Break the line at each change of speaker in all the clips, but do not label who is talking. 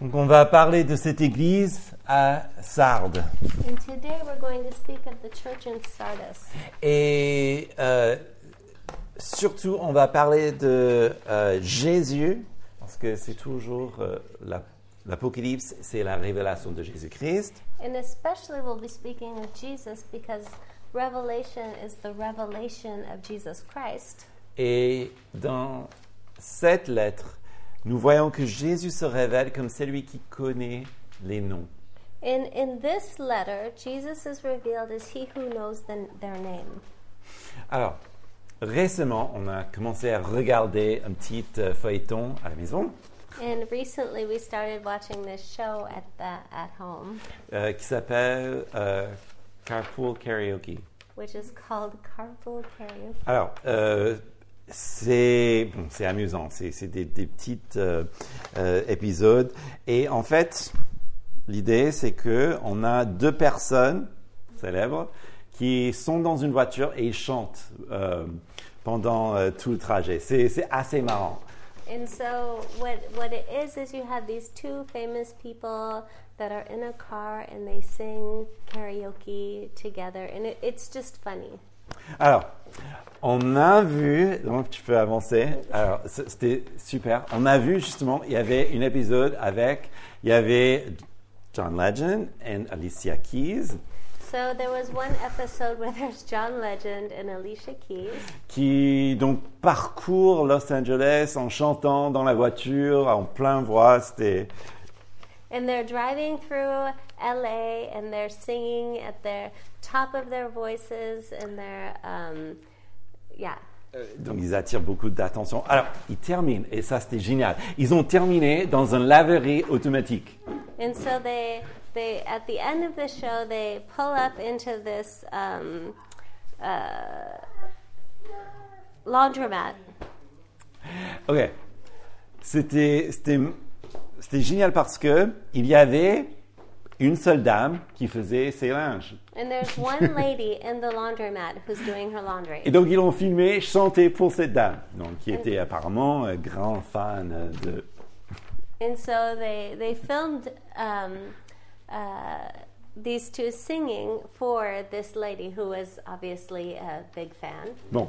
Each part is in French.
Donc on va parler de cette église à Sardes.
And today we're going to speak of the church in Sardis.
Et euh, surtout, on va parler de euh, Jésus, parce que c'est toujours euh, la- l'Apocalypse, c'est la révélation de Jésus-Christ.
And especially we'll be speaking of Jesus because Revelation is the revelation of Jesus Christ.
Et dans cette lettre, nous voyons que Jésus se révèle comme celui qui connaît les noms.
And in this letter, Jesus is revealed as he who knows the, their name.
Alors, récemment, on a commencé à regarder un petit euh, feuilleton à la maison
And recently we started watching this show at the at home,
euh, qui s'appelle euh, Carpool Karaoke.
which is called Carpool Karaoke.
Alors, euh, c'est bon, c'est amusant, c'est c'est des, des petits épisodes. Et en fait, l'idée, c'est que on a deux personnes célèbres qui sont dans une voiture et ils chantent euh, pendant euh, tout le trajet. C'est c'est assez marrant.
And so what what it is is you have these two famous people that are in a car and they sing karaoke together and it, it's just funny.
Alors, on a vu, donc tu peux avancer. Alors, c- c'était super. On a vu justement, il y avait un épisode avec, il y avait John Legend et Alicia Keys
So there was one episode where there's John Legend and Alicia Keys
qui donc parcourent Los Angeles en chantant dans la voiture en plein voix. C'était
and they're driving through LA and they're singing at their top of their voices and they're um, yeah.
donc ils attirent beaucoup d'attention. Alors, ils terminent et ça c'était génial. Ils ont terminé dans un laverie automatique.
And so they they at the end of the show they pull up into this um, uh, laundromat.
Ok. C'était, c'était, c'était génial parce que il y avait une seule dame qui faisait ses linges.
And there's one lady in the laundromat who's doing her
Et
laundry.
donc ils l'ont filmé chanter pour cette dame, donc qui était apparemment euh, grand fan euh, de.
And so they they filmed um, uh, these two singing for this lady who was obviously a big fan.
Bon,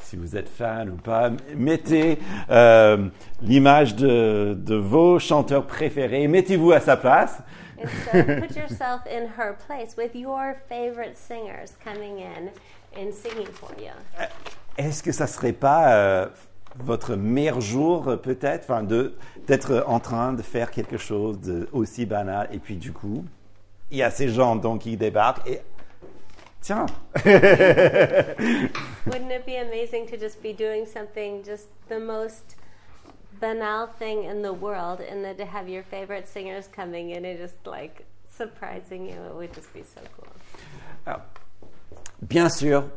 si vous êtes fan ou pas, m- mettez euh, l'image de, de vos chanteurs préférés, mettez-vous à sa place.
And so put yourself in her place with your favorite singers coming in and singing for you.
Est-ce que ça serait pas euh, votre meilleur jour euh, peut-être, enfin de d'être en train de faire quelque chose de aussi banal et puis du coup il y a ces gens donc qui débarquent et tiens
Wouldn't it be amazing to just be doing something just the most banal thing in the world and then to have your favorite singers coming in and just like surprising you? It would just be so cool.
Alors, ah, bien sûr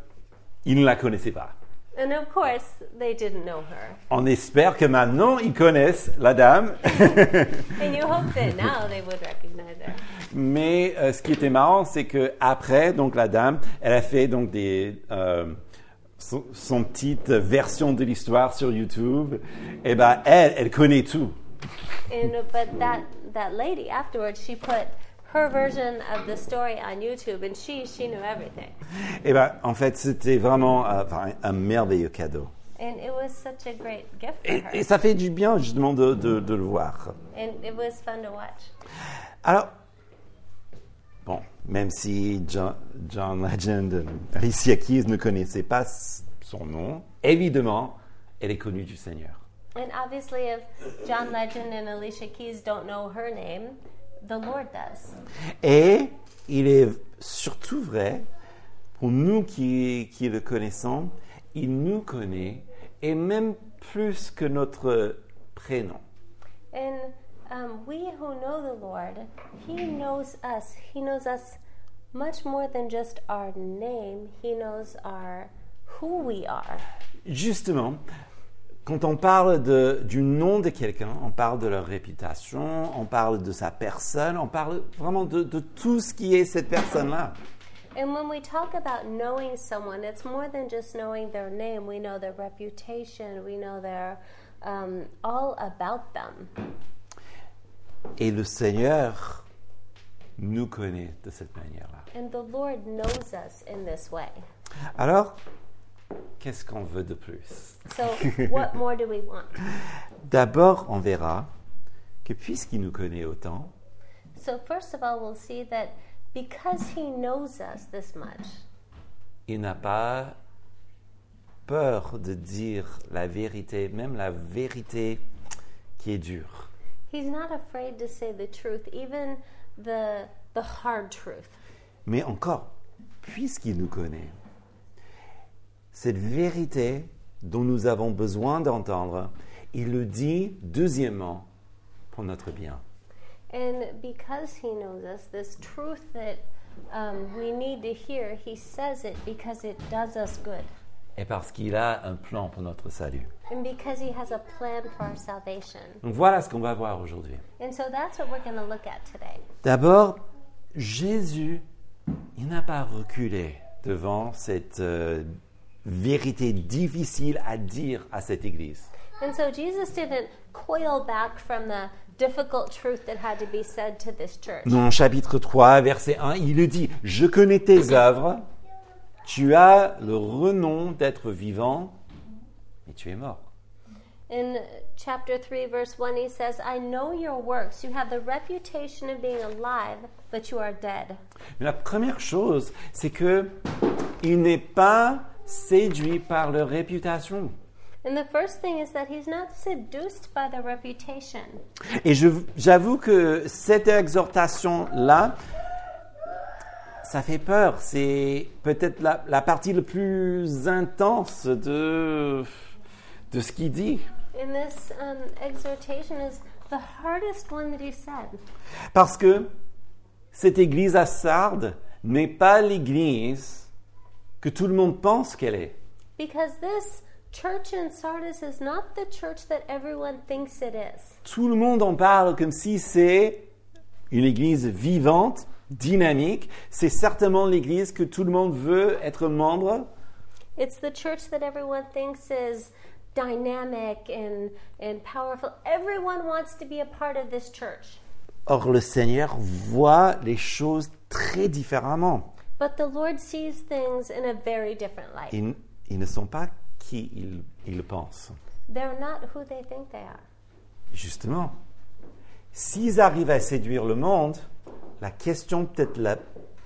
ils ne la connaissaient pas.
And of course, they didn't know her.
On espère que maintenant ils connaissent la dame.
And you hope that now they would recognize her.
Mais euh, ce qui était marrant, c'est que après, donc la dame, elle a fait donc des euh, son, son petite version de l'histoire sur YouTube. Et ben elle, elle connaît tout.
And but that that lady afterwards, she put her version of the story on YouTube, and she she knew everything.
Et ben en fait, c'était vraiment euh, enfin, un merveilleux cadeau.
And it was such a great gift for
Et, et
her.
ça fait du bien justement de, de- de le voir.
And it was fun to watch.
Alors bon, même si John, John Legend, et Alicia Keys ne connaissaient pas s- son nom, évidemment, elle est connue du Seigneur.
And obviously, if John Legend and Alicia Keys don't know her name, the Lord does.
Et il est surtout vrai, pour nous qui, qui le connaissons, il nous connaît et même plus que notre prénom.
And um, we who know the Lord, He knows us. He knows us much more than just our name, He knows our who we are.
Justement, quand on parle de- du nom de quelqu'un, on parle de leur réputation, on parle de sa personne, on parle vraiment de, de tout ce qui est cette personne-là.
And when we talk about knowing someone, it's more than just knowing their name. We know their reputation, we know their um, all about them.
Et le Seigneur nous connaît de cette manière-là.
And the Lord knows us in this way.
Alors, qu'est-ce qu'on veut de plus
So, what more do we want?
D'abord, on verra que puisqu'il nous connaît autant,
So, first of all, we'll see that because He knows us this much,
il n'a pas peur de dire la vérité, même la vérité qui est dure.
He's not afraid to say the truth, even the, the hard truth.
Mais encore, puisqu'il nous connaît, cette vérité dont nous avons besoin d'entendre, il le dit deuxièmement pour notre bien.
And because He knows us, this truth that um, we need to hear, He says it because it does us good.
Et parce qu'il a un plan pour notre salut.
And because He has a plan for our salvation.
Donc voilà ce qu'on va voir aujourd'hui.
And so that's what we're going to look at today.
D'abord, Jésus, il n'a pas reculé devant cette euh, vérité difficile à dire à cette Église.
And so Jesus didn't coil back from the difficult truth that had to be said to this church.
Dans chapitre 3, verset 1, il le dit, je connais tes œuvres, tu as le renom d'être vivant, mais tu es mort.
In chapter 3, verse 1, he says, I know your works. You have the reputation of being alive, but you are dead.
Mais la première chose, c'est que il n'est pas séduit par leur réputation.
And the first thing is that he's not seduced by the reputation.
Et je- j'avoue que cette exhortation-là, ça fait peur. C'est peut-être la, la partie la plus intense de, de ce qu'il dit.
And this um, exhortation is the hardest one that he said.
Parce que cette église à Sardes n'est pas l'église que tout le monde pense qu'elle est.
Because this church in Sardis is not the church that everyone thinks it is.
Tout le monde en parle comme si c'est une église vivante, dynamique. C'est certainement l'église que tout le monde veut être membre.
It's the church that everyone thinks is dynamic and, and powerful. Everyone wants to be a part of this church.
Or le Seigneur voit les choses très différemment.
But the Lord sees things in a very different light.
Ils, ils ne sont pas qui ils, ils pensent.
They're not who they think they are.
Justement, s'ils arrivent à séduire le monde, la question peut-être la-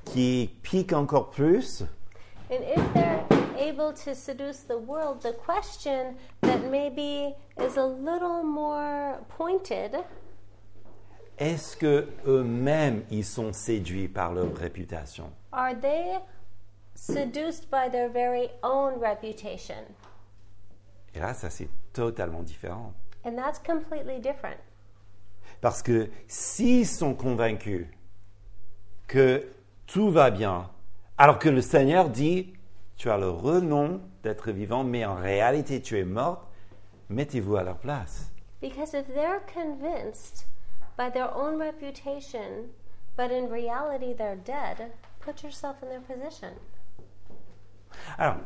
qui pique encore plus,
And if they're able to seduce the world, the question that maybe is a little more pointed
est-ce que eux-mêmes ils sont séduits par leur réputation
are they seduced by their very own reputation?
Et là, ça c'est totalement différent.
And that's completely different.
Parce que s'ils sont convaincus que tout va bien, alors que le Seigneur dit, tu as le renom d'être vivant, mais en réalité tu es morte, mettez-vous à leur place.
Because if they're convinced by their own reputation, but in reality they're dead, put yourself in their position.
Alors,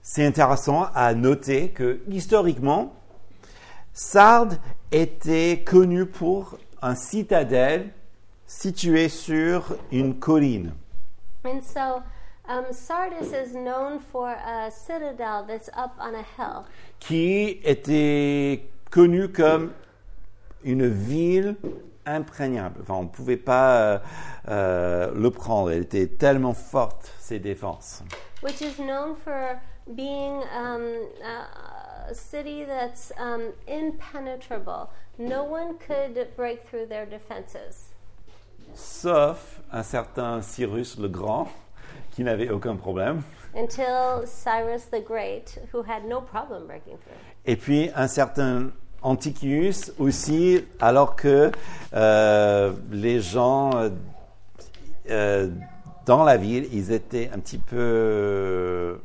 c'est intéressant à noter que historiquement, Sardes était connue pour un citadelle situé sur une colline.
And so um, Sardis is known for a citadel that's up on a hill.
qui était connue comme une ville imprégnable. Enfin, on ne pouvait pas euh, euh, le prendre. Elle était tellement forte, ses défenses.
which is known for being um, a a city that's um, impenetrable. No one could break through their defenses,
Sauf un certain Cyrus le Grand, qui n'avait aucun problème.
until Cyrus the Great, who had no problem breaking through.
Et puis un certain Antiquius aussi, alors que euh, les gens euh, euh, dans la ville, ils étaient un petit peu euh,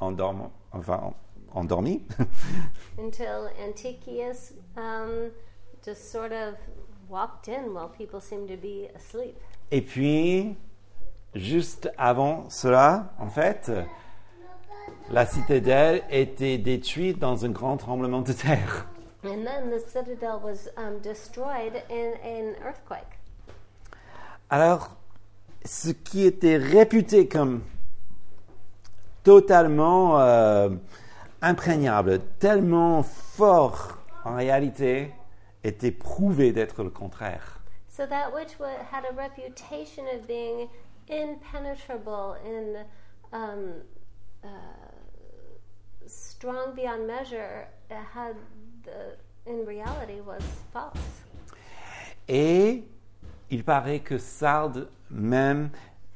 endorm- enfin, en- endormis.
Until Antichius um, just sort of walked in while people seemed to be asleep.
Et puis, juste avant cela, en fait, la citadelle était détruite dans un grand tremblement de terre.
And then the citadel was um, destroyed in an earthquake.
Alors, ce qui était réputé comme totalement euh, imprégnable, tellement fort en réalité, était prouvé d'être le contraire.
So that which wa had a reputation of being impenetrable and um, uh, strong beyond measure uh, had the, in reality was false.
Et il paraît que Sardes, même,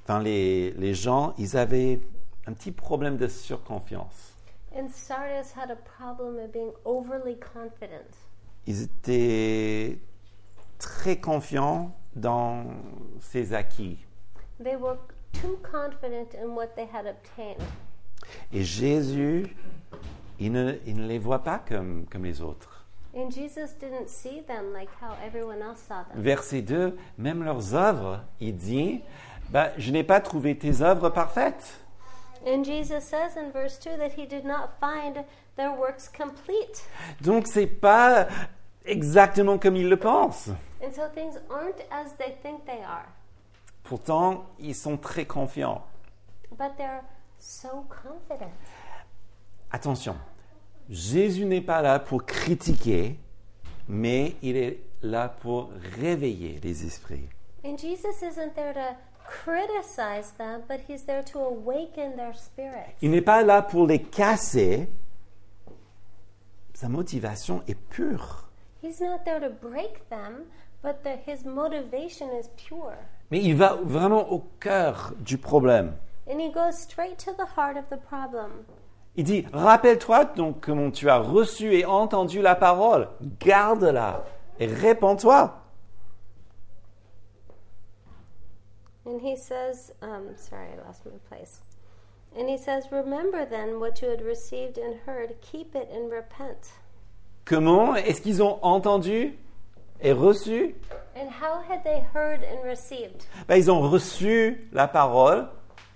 enfin les, les gens, ils avaient un petit problème de surconfiance.
And Sardis had a problem of being overly confident.
Ils étaient très confiants dans ses acquis.
They were too confident in what they had obtained.
Et Jésus, il ne, il ne les voit pas comme, comme les autres.
And Jesus didn't see them like how everyone else saw them.
Verset 2, même leurs œuvres, il dit, Ben, je n'ai pas trouvé tes œuvres parfaites.
And Jesus says in verse 2 that he did not find their works complete.
Donc c'est pas exactement comme ils le pensent.
And so things aren't as they think they are,
Pourtant, ils sont très confiants.
but they're so confident.
Attention, Jésus n'est pas là pour critiquer, mais il est là pour réveiller les esprits.
And Jesus isn't there to criticize them, but he's there to awaken their spirit.
Il n'est pas là pour les casser. Sa motivation est pure.
He's not there to break them, but the, his motivation is pure.
Mais il va vraiment au cœur du problème.
And he goes straight to the heart of the problem.
Il dit, rappelle-toi donc comment tu as reçu et entendu la parole. Garde-la et répands-toi.
And he says, um, sorry, I lost my place. And he says, Remember then what you had received and heard, keep it and repent.
Comment est-ce qu'ils ont entendu et reçu
And how had they heard and received?
Ben, Ils ont reçu la parole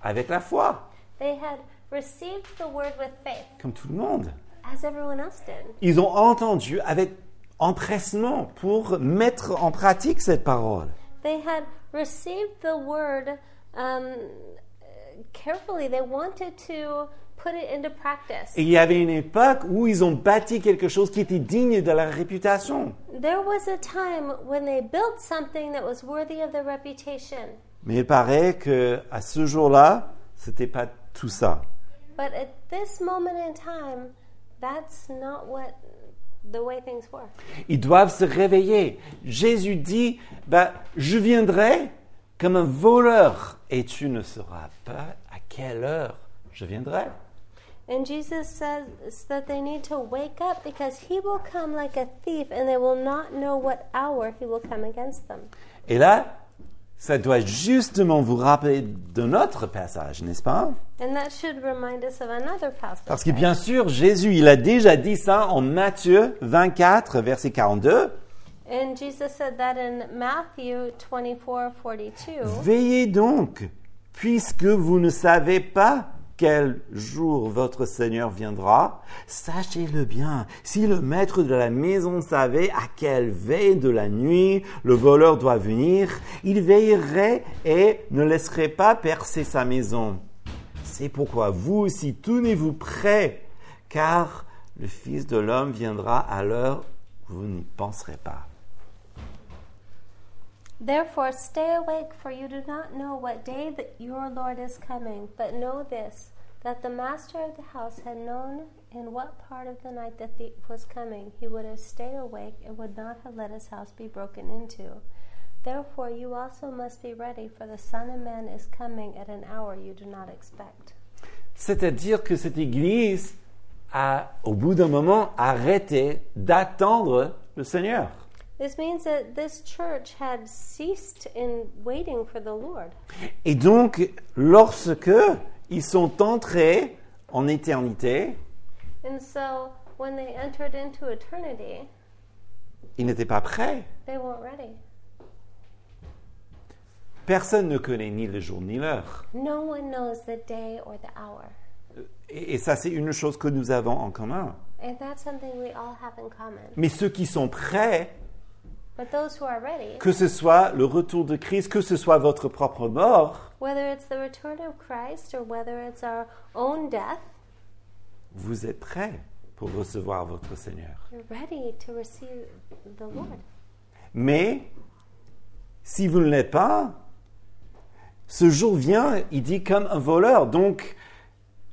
avec la foi,
They had received the word with faith,
comme tout le monde.
as everyone else did.
Ils ont entendu avec empressement pour mettre en pratique cette parole.
They had received the word um, carefully. They wanted to put it into practice.
Et il y avait une époque où ils ont bâti quelque chose qui était digne de leur réputation.
There was a time when they built something that was worthy of their reputation.
Mais il paraît que à ce jour-là, c'était pas tout ça.
But at this moment in time, that's not what the way things were.
Ils doivent se réveiller. Jésus dit, ben, je viendrai comme un voleur et tu ne sauras pas à quelle heure je viendrai.
And Jesus says that they need to wake up because he will come like a thief and they will not know what hour he will come against them.
Et là, ça doit justement vous rappeler de notre passage, n'est-ce pas
And that should remind us of another passage.
Parce que bien sûr, Jésus, il a déjà dit ça en Matthieu 24, verset 42.
And Jesus said that in Matthew 24 42.
Veillez donc, puisque vous ne savez pas quel jour votre Seigneur viendra, sachez-le bien, si le maître de la maison savait à quelle veille de la nuit le voleur doit venir, il veillerait et ne laisserait pas percer sa maison. C'est pourquoi vous aussi tenez-vous prêts, car le Fils de l'homme viendra à l'heure où vous n'y penserez pas.
Therefore, stay awake, for you do not know what day that your Lord is coming. But know this, that the master of the house had known in what part of the night the thief was coming. He would have stayed awake and would not have let his house be broken into. Therefore, you also must be ready, for the Son of Man is coming at an hour you do not expect.
C'est-à-dire que cette Église a, au bout d'un moment, arrêté d'attendre le Seigneur.
This means that this church had ceased in waiting for the Lord.
Et donc, lorsque ils sont entrés en éternité,
And so, when they entered into eternity,
ils n'étaient pas prêts.
they weren't ready.
Personne ne connaît ni le jour ni l'heure.
No one knows the day or the hour.
Et, et ça, c'est une chose que nous avons en commun.
And that's something we all have in common.
Mais ceux qui sont prêts,
But those who are ready,
que ce soit le retour de Christ, que ce soit votre propre mort,
whether it's the return of Christ or whether it's our own death,
vous êtes prêts pour recevoir votre Seigneur.
you're ready to receive the Lord.
Mais si vous ne l'êtes pas, ce jour vient, il dit, comme un voleur, donc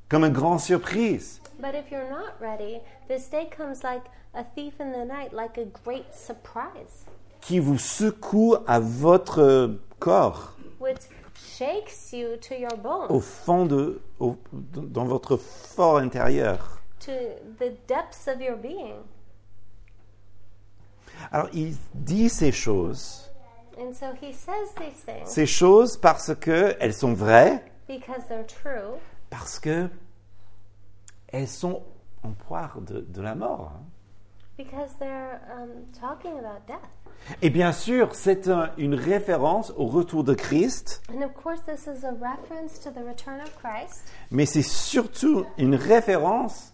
comme une grande surprise.
But if you're not ready, this day comes like a thief in the night, like a great surprise,
qui vous secoue à votre corps,
which shakes you to your
au
bones,
fond de, au- dans votre fort intérieur.
to the depths of your being.
Alors il dit ces choses,
And so he says these things
ces choses parce que elles sont vraies,
because they're true,
parce que elles sont en poire de, de la mort. hein.
because they're um, talking about death.
Et bien sûr, c'est un- une référence au retour de Christ,
And of course, this is a reference to the return of Christ,
mais c'est surtout une référence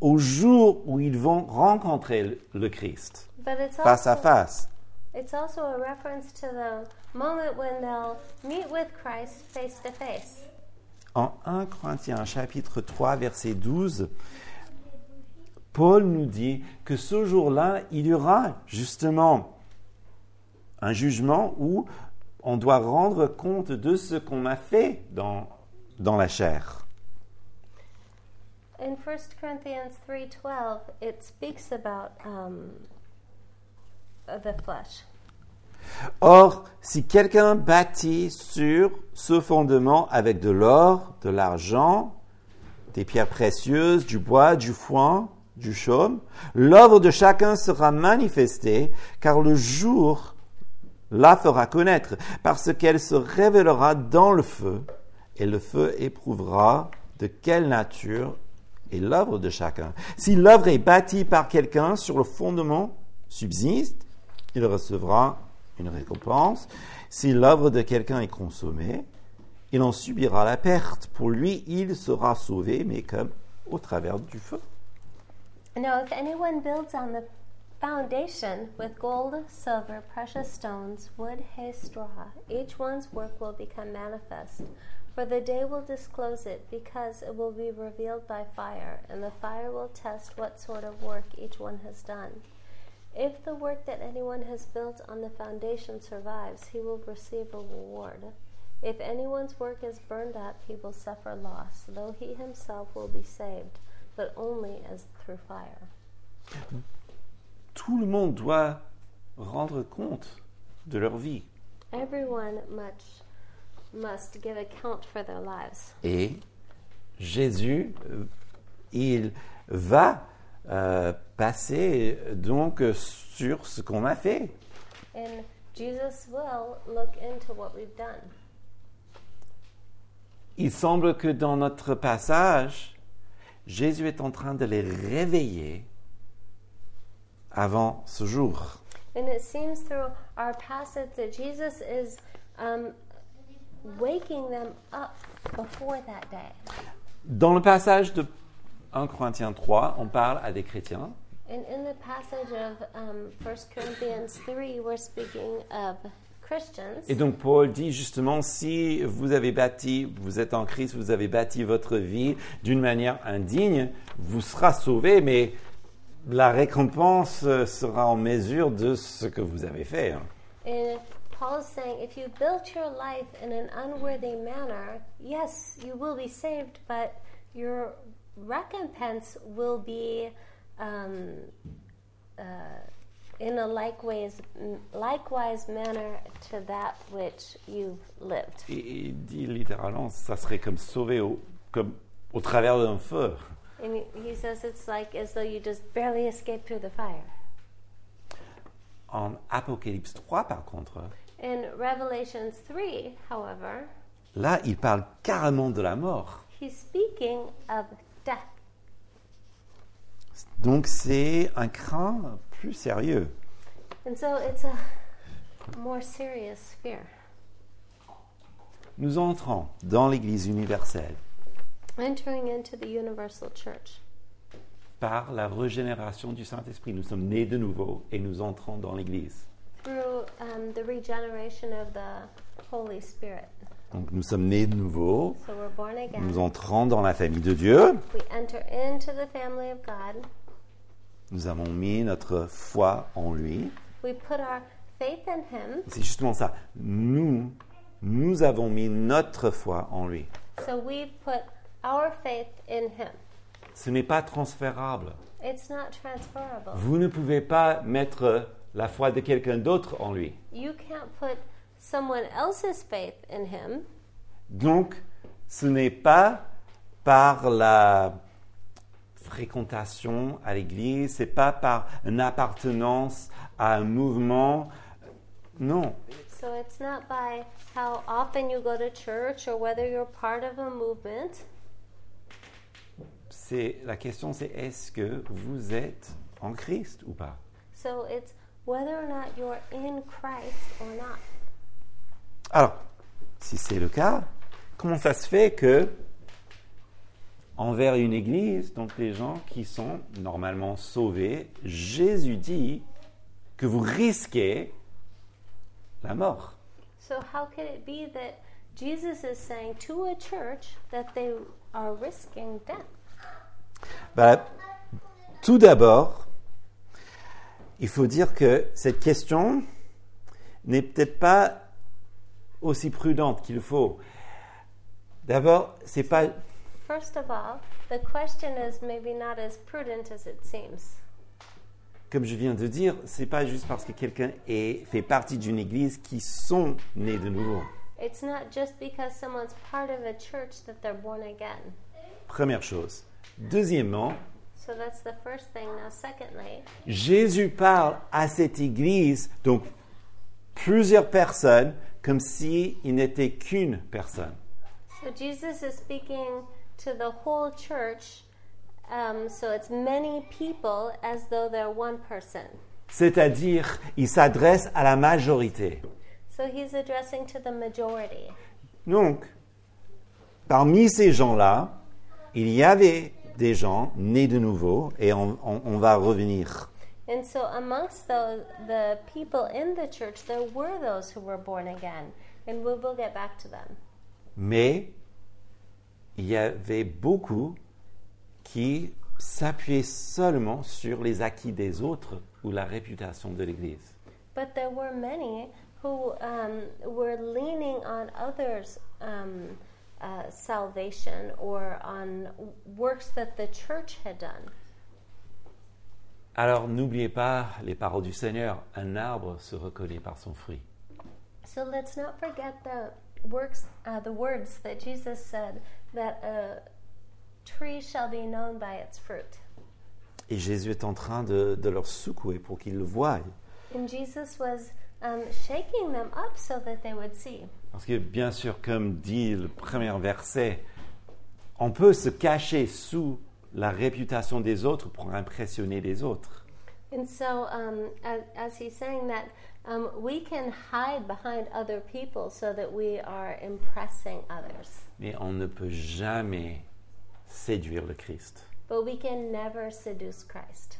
au jour où ils vont rencontrer le- le Christ
but it's also,
face à face.
it's also a reference to the moment when they'll meet with Christ face to face.
En 1 Corinthiens chapitre 3 verset 12, Paul nous dit que ce jour-là, il y aura justement un jugement où on doit rendre compte de ce qu'on a fait dans, dans la chair.
In 1 Corinthians 3:12, it speaks about um, uh, the flesh.
Or, si quelqu'un bâtit sur ce fondement avec de l'or, de l'argent, des pierres précieuses, du bois, du foin, du chaume, l'œuvre de chacun sera manifestée, car le jour la fera connaître, parce qu'elle se révélera dans le feu, et le feu éprouvera de quelle nature est l'œuvre de chacun. Si l'œuvre est bâtie par quelqu'un sur le fondement subsiste, il recevra une récompense. Si l'œuvre de quelqu'un est consommée, il en subira la perte. Pour lui, il sera sauvé, mais comme au travers du feu.
Now, if anyone builds on the foundation with gold, silver, precious stones, wood, hay, straw, each one's work will become manifest. For the day will disclose it, because it will be revealed by fire, and the fire will test what sort of work each one has done. If the work that anyone has built on the foundation survives, he will receive a reward. If anyone's work is burned up, he will suffer loss, though he himself will be saved, but only as through fire.
Tout le monde doit rendre compte de leur vie.
Everyone much must give account for their lives.
Et Jésus, euh, il va euh, passer euh, donc euh, sur ce qu'on a fait.
And Jesus will look into what we've done.
Il semble que dans notre passage, Jésus est en train de les réveiller avant ce jour.
And it seems through our passage that Jesus is um, waking them up before that day.
Dans le passage de 1 Corinthiens 3, on parle à des chrétiens.
And in the passage of um, 1 Corinthians 3, we're speaking of Christians.
Et donc Paul dit justement, si vous avez bâti, vous êtes en Christ, vous avez bâti votre vie d'une manière indigne, vous serez sauvé, mais la récompense euh, sera en mesure de ce que vous avez fait. hein.
And Paul is saying, if you built your life in an unworthy manner, yes, you will be saved, but your recompense will be um, uh, in a likewise, likewise manner to that which you've lived.
Et il dit littéralement, ça serait comme sauvé au, comme au travers d'un feu.
And he- he says it's like as though you just barely escaped through the fire.
En Apocalypse 3, par contre,
In Revelations 3, however,
là, il parle carrément de la mort.
he's speaking of death.
Donc c'est un craint plus sérieux.
And so it's a more serious fear.
Nous entrons dans l'Église universelle.
Entering into the universal church.
par la régénération du Saint-Esprit. Nous sommes nés de nouveau et nous entrons dans l'Église.
through um, the regeneration of the Holy Spirit.
Donc nous sommes nés de nouveau,
So we're born again.
nous entrons dans la famille de Dieu,
We enter into the family of God.
nous avons mis notre foi en lui.
We put our faith in Him.
C'est justement ça. Nous, nous avons mis notre foi en lui.
So we put our faith in Him.
Ce n'est pas transférable.
It's not transferable.
Vous ne pouvez pas mettre la foi de quelqu'un d'autre en lui.
You can't put someone else's faith in Him.
Donc, ce n'est pas par la fréquentation à l'église, c'est pas par une appartenance à un mouvement. Non,
So it's not by how often you go to church or whether you're part of a movement.
c'est la question c'est est-ce que vous êtes en Christ ou pas
So it's whether or not you're in Christ or not.
Alors, si c'est le cas, comment ça se fait que envers une église, donc les gens qui sont normalement sauvés, Jésus dit que vous risquez la mort.
So how could it be that Jesus is saying to a church that they are risking death?
Bah, tout d'abord, il faut dire que cette question n'est peut-être pas aussi prudente qu'il faut. D'abord, c'est pas
First of all, the question is maybe not as prudent as it seems.
comme je viens de dire, c'est pas juste parce que quelqu'un est fait partie d'une église qui sont nés de nouveau.
It's not just because someone's part of a church that they're born again.
Première chose. Deuxièmement,
So that's the first thing. Now, secondly,
Jésus parle à cette église, donc plusieurs personnes, comme s'il n'était qu'une personne.
so Jesus is speaking to the whole church, um, so it's many people as though they're one person.
C'est-à-dire, il s'adresse à la majorité.
So he's addressing to the majority.
Donc, parmi ces gens-là, il y avait des gens nés de nouveau, et on, on- on va revenir.
And so, amongst those, the people in the church, there were those who were born again, and we will get back to them.
Mais il y avait beaucoup qui s'appuyaient seulement sur les acquis des autres ou la réputation de l'Église.
But there were many who um, were leaning on others' um, uh, salvation or on works that the church had done.
Alors n'oubliez pas les paroles du Seigneur, un arbre se reconnaît par son fruit.
So let's not forget the works, uh, the words that Jesus said that a tree shall be known by its fruit.
Et Jésus est en train de, de leur secouer pour qu'ils le voient.
And Jesus was um, shaking them up so that they would see.
Parce que bien sûr, comme dit le premier verset, on peut se cacher sous la réputation des autres pour impressionner les autres.
And so, um, as, as he's saying that, um, we can hide behind other people so that we are impressing others,
Mais on ne peut jamais séduire le Christ.
but we can never seduce Christ.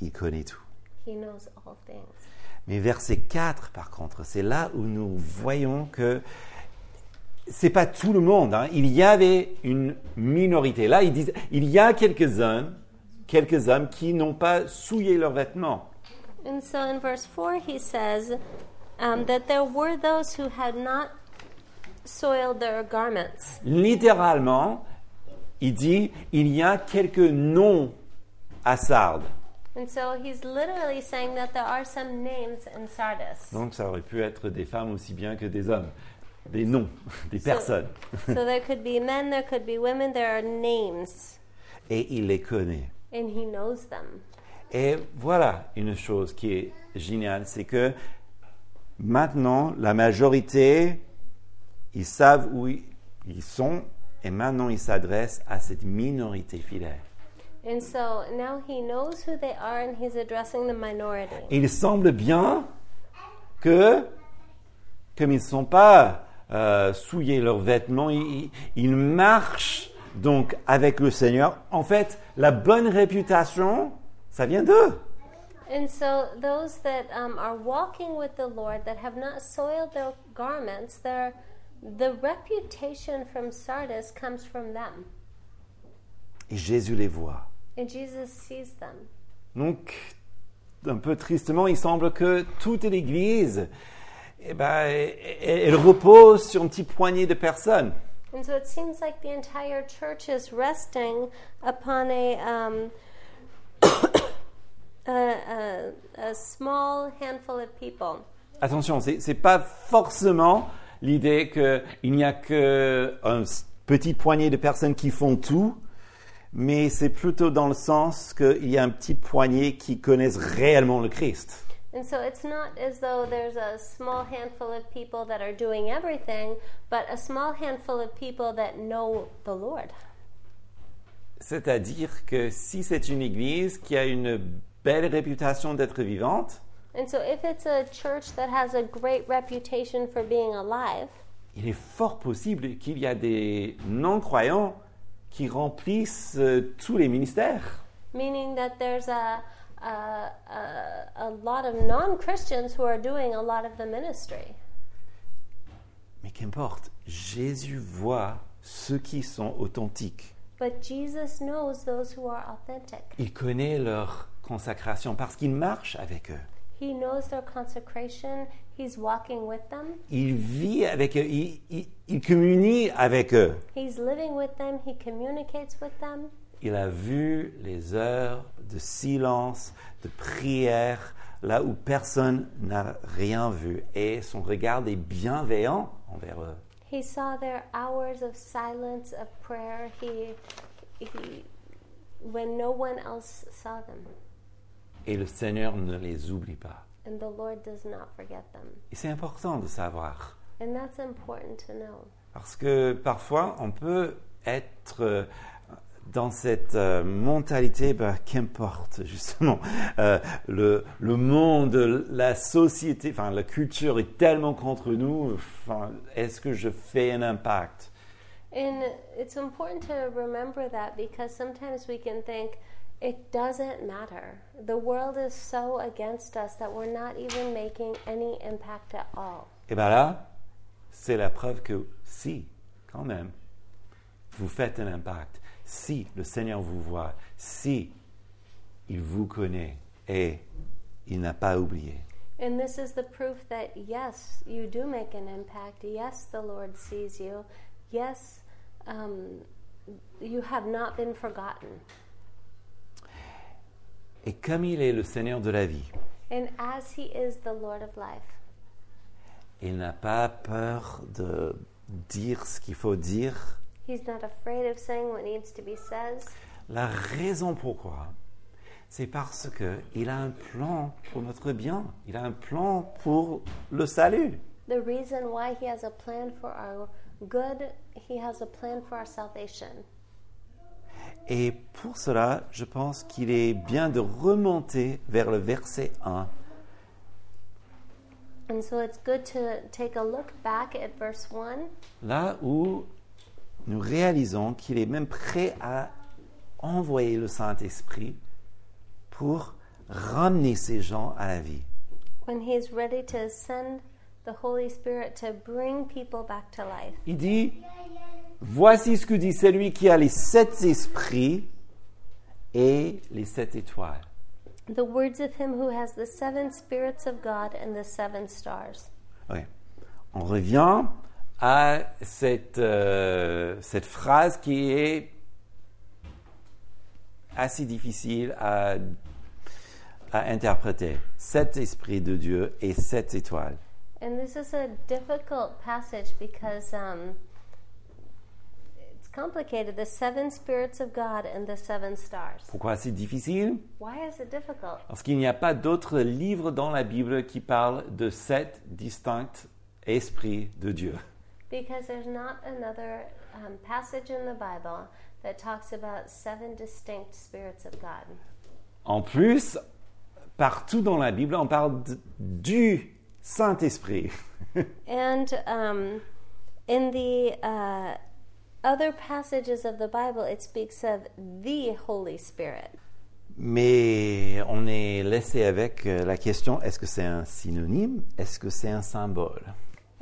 Il connaît tout.
He knows all things.
Mais verset 4, par contre, c'est là où nous voyons que c'est pas tout le monde. hein. Il y avait une minorité. Là, ils disent, il y a quelques hommes, quelques hommes qui n'ont pas souillé leurs vêtements.
And so, in verse four, he says um, that there were those who had not soiled their garments.
Littéralement, il dit, il y a quelques noms à Sardes.
And so, he's literally saying that there are some names in Sardis.
Donc, ça aurait pu être des femmes aussi bien que des hommes. Des noms, des personnes.
so, there could be men, there could be women, there are names,
Et il les connaît.
and he knows them.
Et voilà une chose qui est géniale, c'est que maintenant, la majorité, ils savent où ils sont et maintenant ils s'adressent à cette minorité fidèle.
And so now he knows who they are and he's addressing the minority.
Et il semble bien que, comme ils ne sont pas euh, souillés leurs vêtements, ils, ils- ils marchent donc avec le Seigneur. En fait, la bonne réputation, ça vient d'eux.
And so those that um, are walking with the Lord that have not soiled their garments, their the reputation from Sardis comes from them.
Et Jésus les voit.
And Jesus sees them.
Donc, un peu tristement, il semble que toute l'Église, eh ben, elle elle repose sur une petite poignée de personnes.
And so it seems like the entire church is resting upon a um, a, a, a small handful of people.
Attention, ce n'est pas forcément l'idée qu'il n'y a qu'un petit poignet de personnes qui font tout, mais c'est plutôt dans le sens qu'il y a un petit poignet qui connaissent réellement le Christ.
And so it's not as though there's a small handful of people that are doing everything, but a small handful of people that know the Lord.
C'est-à-dire que si c'est une église qui a une belle réputation d'être vivante,
And so if it's a church that has a great reputation for being alive,
il est fort possible qu'il y a des non-croyants qui remplissent euh, tous les ministères.
meaning that there's a a, a, a lot of non Christians who are doing a lot of the ministry.
Mais qu'importe, Jésus voit ceux qui sont authentiques.
But Jesus knows those who are authentic.
Il connaît leur consacration parce qu'il marche avec eux.
He knows their consecration. He's walking with them.
Il vit avec eux, il, il- il communie avec eux.
He's living with them. He communicates with them.
Il a vu les heures de silence, de prière, là où personne n'a rien vu. Et son regard est bienveillant envers eux.
He saw their hours of silence, of prayer. He, he, when no one else saw them,
Et le Seigneur ne les oublie pas.
and the Lord does not forget them.
Et c'est important de savoir.
And that's important to know.
Parce que parfois, on peut être euh, dans cette euh, mentalité, bah, qu'importe justement, euh, le, le monde, la société, enfin la culture est tellement contre nous, enfin, est-ce que je fais un impact
And it's important to remember that because sometimes we can think it doesn't matter. The world is so against us that we're not even making any impact at all.
Et bien Eh ben là, c'est la preuve que si, quand même, vous faites un impact, si le Seigneur vous voit, si il vous connaît et il n'a pas oublié.
And this is the proof that yes, you do make an impact. Yes, the Lord sees you. Yes, um, you have not been forgotten.
Et comme il est le Seigneur de la vie,
And as He is the Lord of life,
il n'a pas peur de dire ce qu'il faut dire.
He's not afraid of saying what needs to be said.
La raison pourquoi, c'est parce que il a un plan pour notre bien. Il a un plan pour le salut.
The reason why He has a plan for our good, He has a plan for our salvation.
Et pour cela, je pense qu'il est bien de remonter vers le verset 1.
And so it's good to take a look back at verse 1
Là où nous réalisons qu'il est même prêt à envoyer le Saint-Esprit pour ramener ces gens à la vie.
when He's ready to send the Holy Spirit to bring people back to life.
Il dit, voici ce que dit celui qui a les sept esprits et les sept étoiles.
The words of him who has the seven spirits of God and the seven stars.
Ouais. On revient à cette, euh, cette phrase qui est assez difficile à, à interpréter. Sept esprits de Dieu et sept étoiles.
And this is a difficult passage because um, it's complicated. The seven spirits of God and the seven stars.
Pourquoi c'est difficile
Why is it difficult?
Parce qu'il n'y a pas d'autres livres dans la Bible qui parlent de sept distincts esprits de Dieu.
Because there's not another um, passage in the Bible that talks about seven distinct spirits of God.
En plus, partout dans la Bible, on parle d- du Saint-Esprit.
And um, in the uh, other passages of the Bible, it speaks of the Holy Spirit.
Mais on est laissé avec euh, la question est-ce que c'est un synonyme Est-ce que c'est un symbole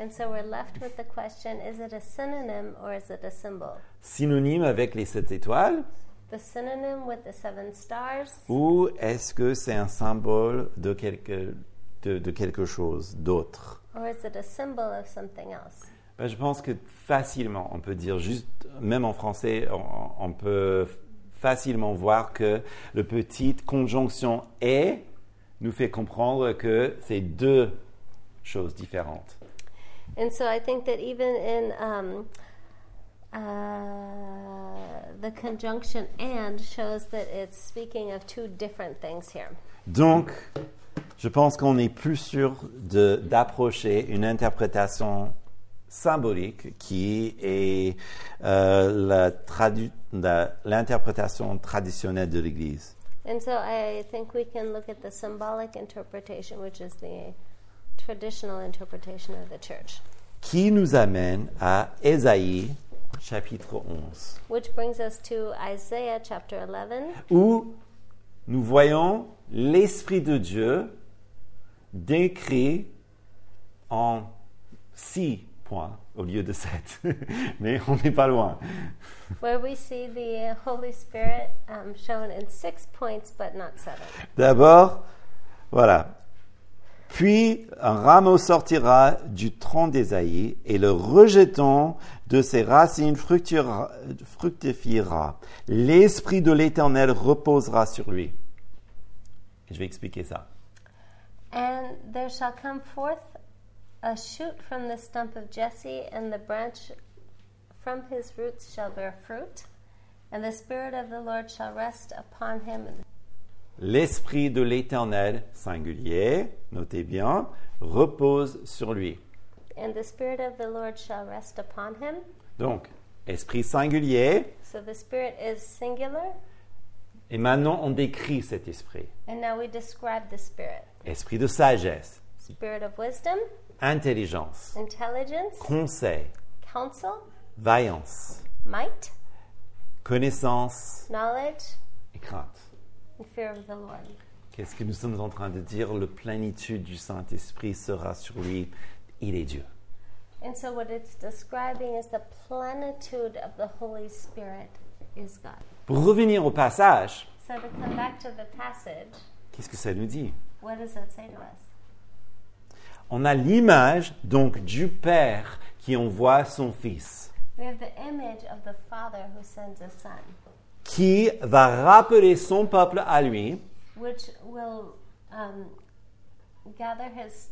And so we're left with the question is it a synonym or is it a symbol?
Synonyme avec les sept étoiles
The synonym with the seven stars,
ou est-ce que c'est un symbole de quelque, de, de quelque chose d'autre
or is it a symbol of something else?
Ben, Je pense que facilement, on peut dire juste, même en français, on, on peut facilement voir que le petite conjonction est nous fait comprendre que c'est deux choses différentes.
And so I think that even in um, uh, the conjunction and shows that it's speaking of two different things here.
Donc, je pense qu'on est plus sûr de- d'approcher une interprétation symbolique qui est euh, la tradu- la- l'interprétation traditionnelle de l'Église.
And so I think we can look at the symbolic interpretation, which is the traditional interpretation of the church,
qui nous amène à Ésaïe chapitre 11,
which brings us to Isaiah chapter 11,
où nous voyons l'Esprit de Dieu décrit en six points au lieu de sept. Mais on n'est pas loin.
where we see the Holy Spirit um, shown in six points but not seven.
D'abord, voilà. Puis un rameau sortira du tronc d'Ésaïe et le rejeton de ses racines fructuera- fructifiera. L'esprit de l'Éternel reposera sur lui. Je vais expliquer ça.
And there shall come forth a shoot from the stump of Jesse, and the branch from his roots shall bear fruit. And the Spirit of the Lord shall rest upon him.
L'esprit de l'Éternel singulier, notez bien, repose sur lui.
And the Spirit of the Lord shall rest upon him.
Donc, esprit singulier,
So the Spirit is singular,
et maintenant on décrit cet esprit.
and now we describe the Spirit
Esprit de sagesse,
Spirit of wisdom,
intelligence,
intelligence,
conseil,
counsel,
vaillance,
might,
connaissance
knowledge,
et crainte.
and fear of the Lord.
Qu'est-ce que nous sommes en train de dire Le plénitude du Saint-Esprit sera sur lui. Il est Dieu.
And so, what it's describing is the plenitude of the Holy Spirit is God.
Pour revenir au passage,
So, to come back to the passage,
qu'est-ce que ça nous dit
what does that say to us?
On a l'image donc du Père qui envoie son Fils,
We have the image of the Father who sends a Son,
qui va rappeler son peuple à lui
which will um, gather his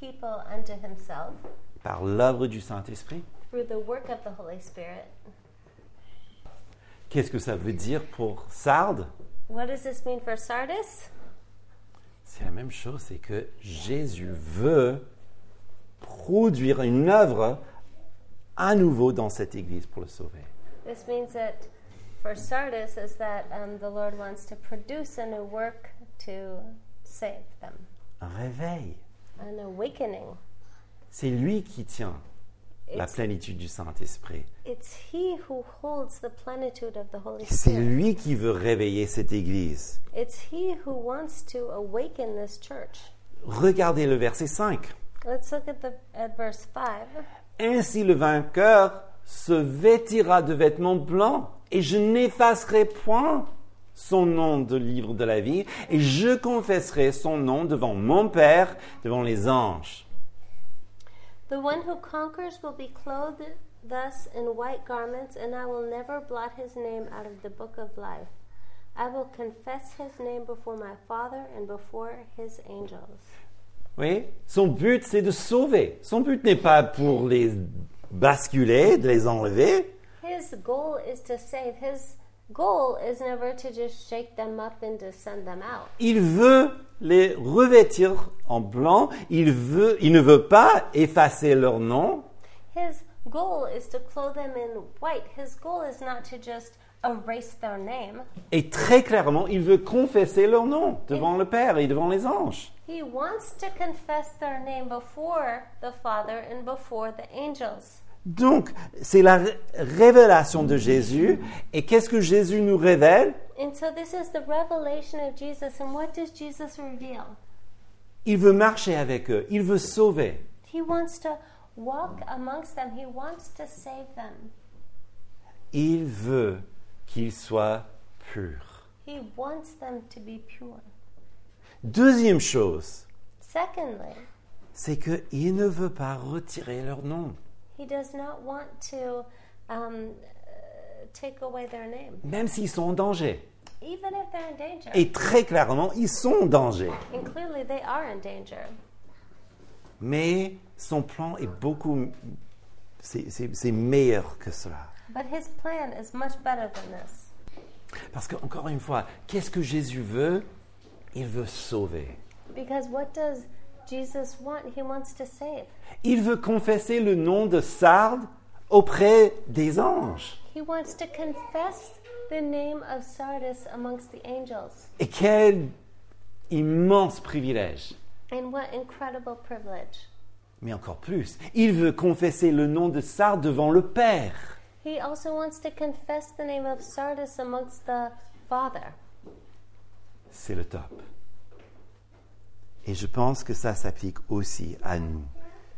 people unto himself
par l'œuvre du Saint-Esprit.
through the work of the Holy Spirit.
Qu'est-ce que ça veut dire pour Sardes
What does this mean for Sardis?
C'est la même chose, c'est que Jésus veut produire une œuvre à nouveau dans cette église pour le sauver.
This means that for Sardis is that um, the Lord wants to produce a new work to save them,
Un réveil.
an awakening.
C'est lui qui tient la
It's,
plénitude du Saint-Esprit.
it's He who holds the plenitude of the Holy
C'est
Spirit.
lui qui veut réveiller cette église.
It's He who wants to awaken this church.
Regardez le verset 5.
Let's look at the at verse five.
Ainsi le vainqueur se vêtira de vêtements blancs et je n'effacerai point son nom de livre de la vie et je confesserai son nom devant mon Père, devant les anges.
The one who conquers will be clothed thus in white garments, and I will never blot his name out of the book of life. I will confess his name before my Father and before his angels.
Oui, son but c'est de sauver. Son but n'est pas pour les basculer, de les enlever.
His goal is to save. His goal is never to just shake them up and to send them out.
Il veut les revêtir en blanc. Il veut, il ne veut pas effacer leur nom.
His goal is to clothe them in white. His goal is not to just erase their name.
Et très clairement, il veut confesser leur nom devant le Père et devant les anges.
He wants to confess their name before the Father and before the angels.
Donc, c'est la ré- révélation de Jésus. Et qu'est-ce que Jésus nous révèle
And so this is the revelation of Jesus. And what does Jesus reveal?
Il veut marcher avec eux. Il veut sauver.
He wants to walk amongst them. He wants to save them.
Il veut qu'ils soient purs.
He wants them to be pure.
Deuxième chose,
Secondly,
c'est qu'il ne veut pas retirer leur nom.
he does not want to um, uh, take away their name,
Même s'ils sont en danger.
even if they're in danger.
Et très clairement, ils sont en danger.
And clearly, they are in danger.
Mais son plan est beaucoup... C'est c'est- c'est meilleur que cela.
But his plan is much better than this.
Parce que, encore une fois, qu'est-ce que Jésus veut Il veut sauver.
Because what does Jesus want? He wants to save.
Il veut confesser le nom de Sardes auprès des anges.
He wants to confess the name of Sardis amongst the angels.
Et quel immense privilège.
And what incredible privilege.
Mais encore plus, il veut confesser le nom de Sardes devant le Père.
He also wants to confess the name of Sardis amongst the Father.
C'est le top. Et je pense que ça s'applique aussi à nous.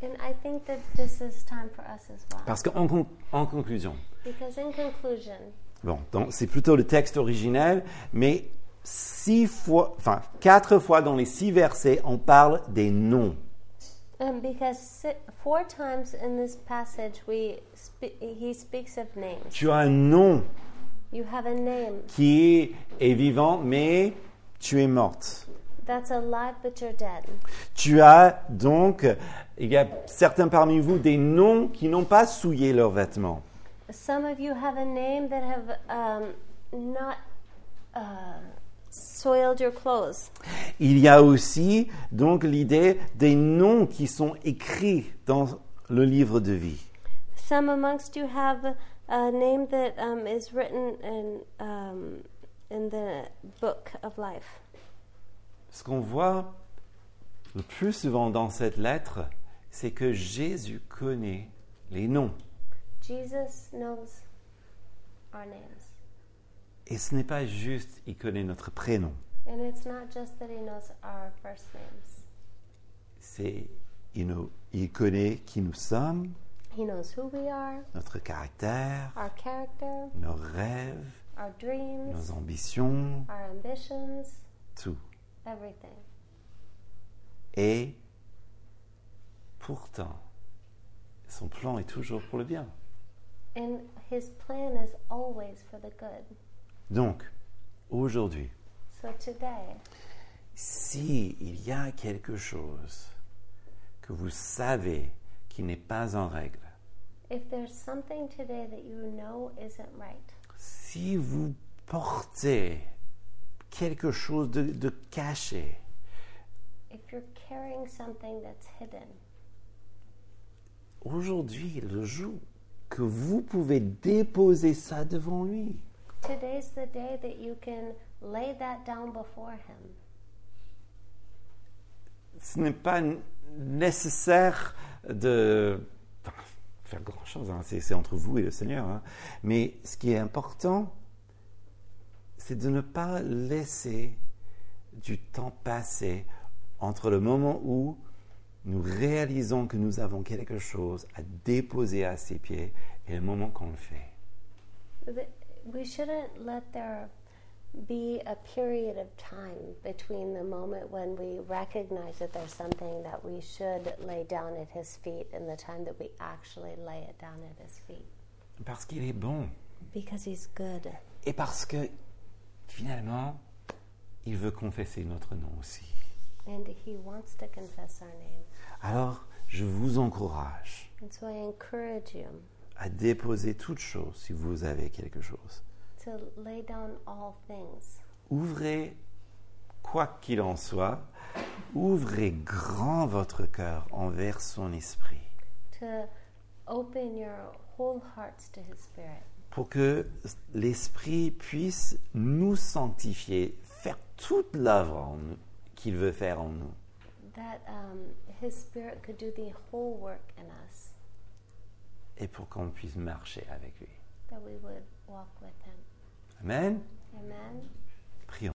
And I think that this is time for us as well.
Parce qu'en con- en conclusion,
Because in conclusion,
Bon, donc c'est plutôt le texte originel, mais six fois, enfin quatre fois dans les six versets, on parle des noms.
um, because si- four times in this passage we spe- he speaks of names.
Tu as un nom
You have a name
qui est vivant, mais tu es morte.
that's alive but you're dead.
Tu as donc, il y a certains parmi vous des noms qui n'ont pas souillé leurs vêtements.
Some of you have a name that have um, not uh, soiled your clothes.
Il y a aussi donc l'idée des noms qui sont écrits dans le livre de vie.
Some amongst you have a, a name that um, is written in um, in the book of life.
Ce qu'on voit le plus souvent dans cette lettre, c'est que Jésus connaît les noms.
Jesus knows our names,
Et ce n'est pas juste il connaît notre prénom,
and it's not just that He knows our first names.
c'est il, nous- il connaît qui nous sommes,
He knows who we are,
notre caractère,
our character,
nos rêves,
our dreams,
nos ambitions,
our ambitions,
tout.
everything.
Et pourtant, son plan est toujours pour le bien.
And His plan is always for the good.
Donc, aujourd'hui,
So today,
Si il y a quelque chose que vous savez qui n'est pas en règle,
if there's something today that you know isn't right,
si vous portez quelque chose de, de caché,
if you're carrying something that's hidden,
aujourd'hui, le jour que vous pouvez déposer ça devant lui,
today's the day that you can lay that down before Him.
ce n'est pas n- nécessaire de enfin, faire grand-chose, hein, c'est c'est entre vous et le Seigneur. hein. Mais ce qui est important, c'est de ne pas laisser du temps passer entre le moment où nous réalisons que nous avons quelque chose à déposer à ses pieds et le moment qu'on le fait.
Th- We shouldn't let there be a period of time between the moment when we recognize that there's something that we should lay down at His feet and the time that we actually lay it down at His feet.
Parce qu'il est bon
Because He's good.
et parce que finalement, il veut confesser notre nom aussi.
And He wants to confess our name.
Alors, je vous encourage
And so I encourage you
à déposer toute chose si vous avez quelque chose.
to lay down all things.
Ouvrez, quoi qu'il en soit, ouvrez grand votre cœur envers son esprit
to open your whole hearts to His Spirit,
pour que l'esprit puisse nous sanctifier, faire toute l'œuvre en nous qu'il veut faire en nous.
that um, His Spirit could do the whole work in us.
et pour qu'on puisse marcher avec lui.
that we would walk with him.
Amen.
Amen.
Prions.